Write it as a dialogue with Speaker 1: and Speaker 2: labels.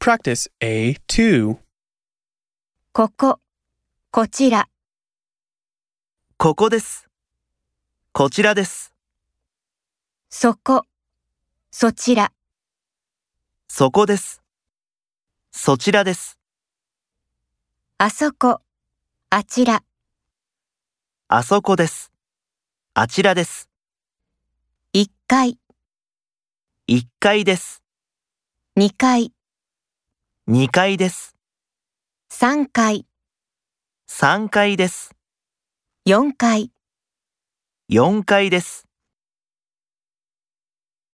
Speaker 1: Practice A2.
Speaker 2: ここ、こちら、
Speaker 3: ここです。こちらです。
Speaker 2: そこ、そちら、
Speaker 3: そこです。そちらです。
Speaker 2: あそこ、あちら、
Speaker 3: あそこです。あちらです。
Speaker 2: 1階、
Speaker 3: 1階です。
Speaker 2: 2階、
Speaker 3: 2階です。
Speaker 2: 3階、
Speaker 3: 3階です。
Speaker 2: 4階。
Speaker 3: 4階です。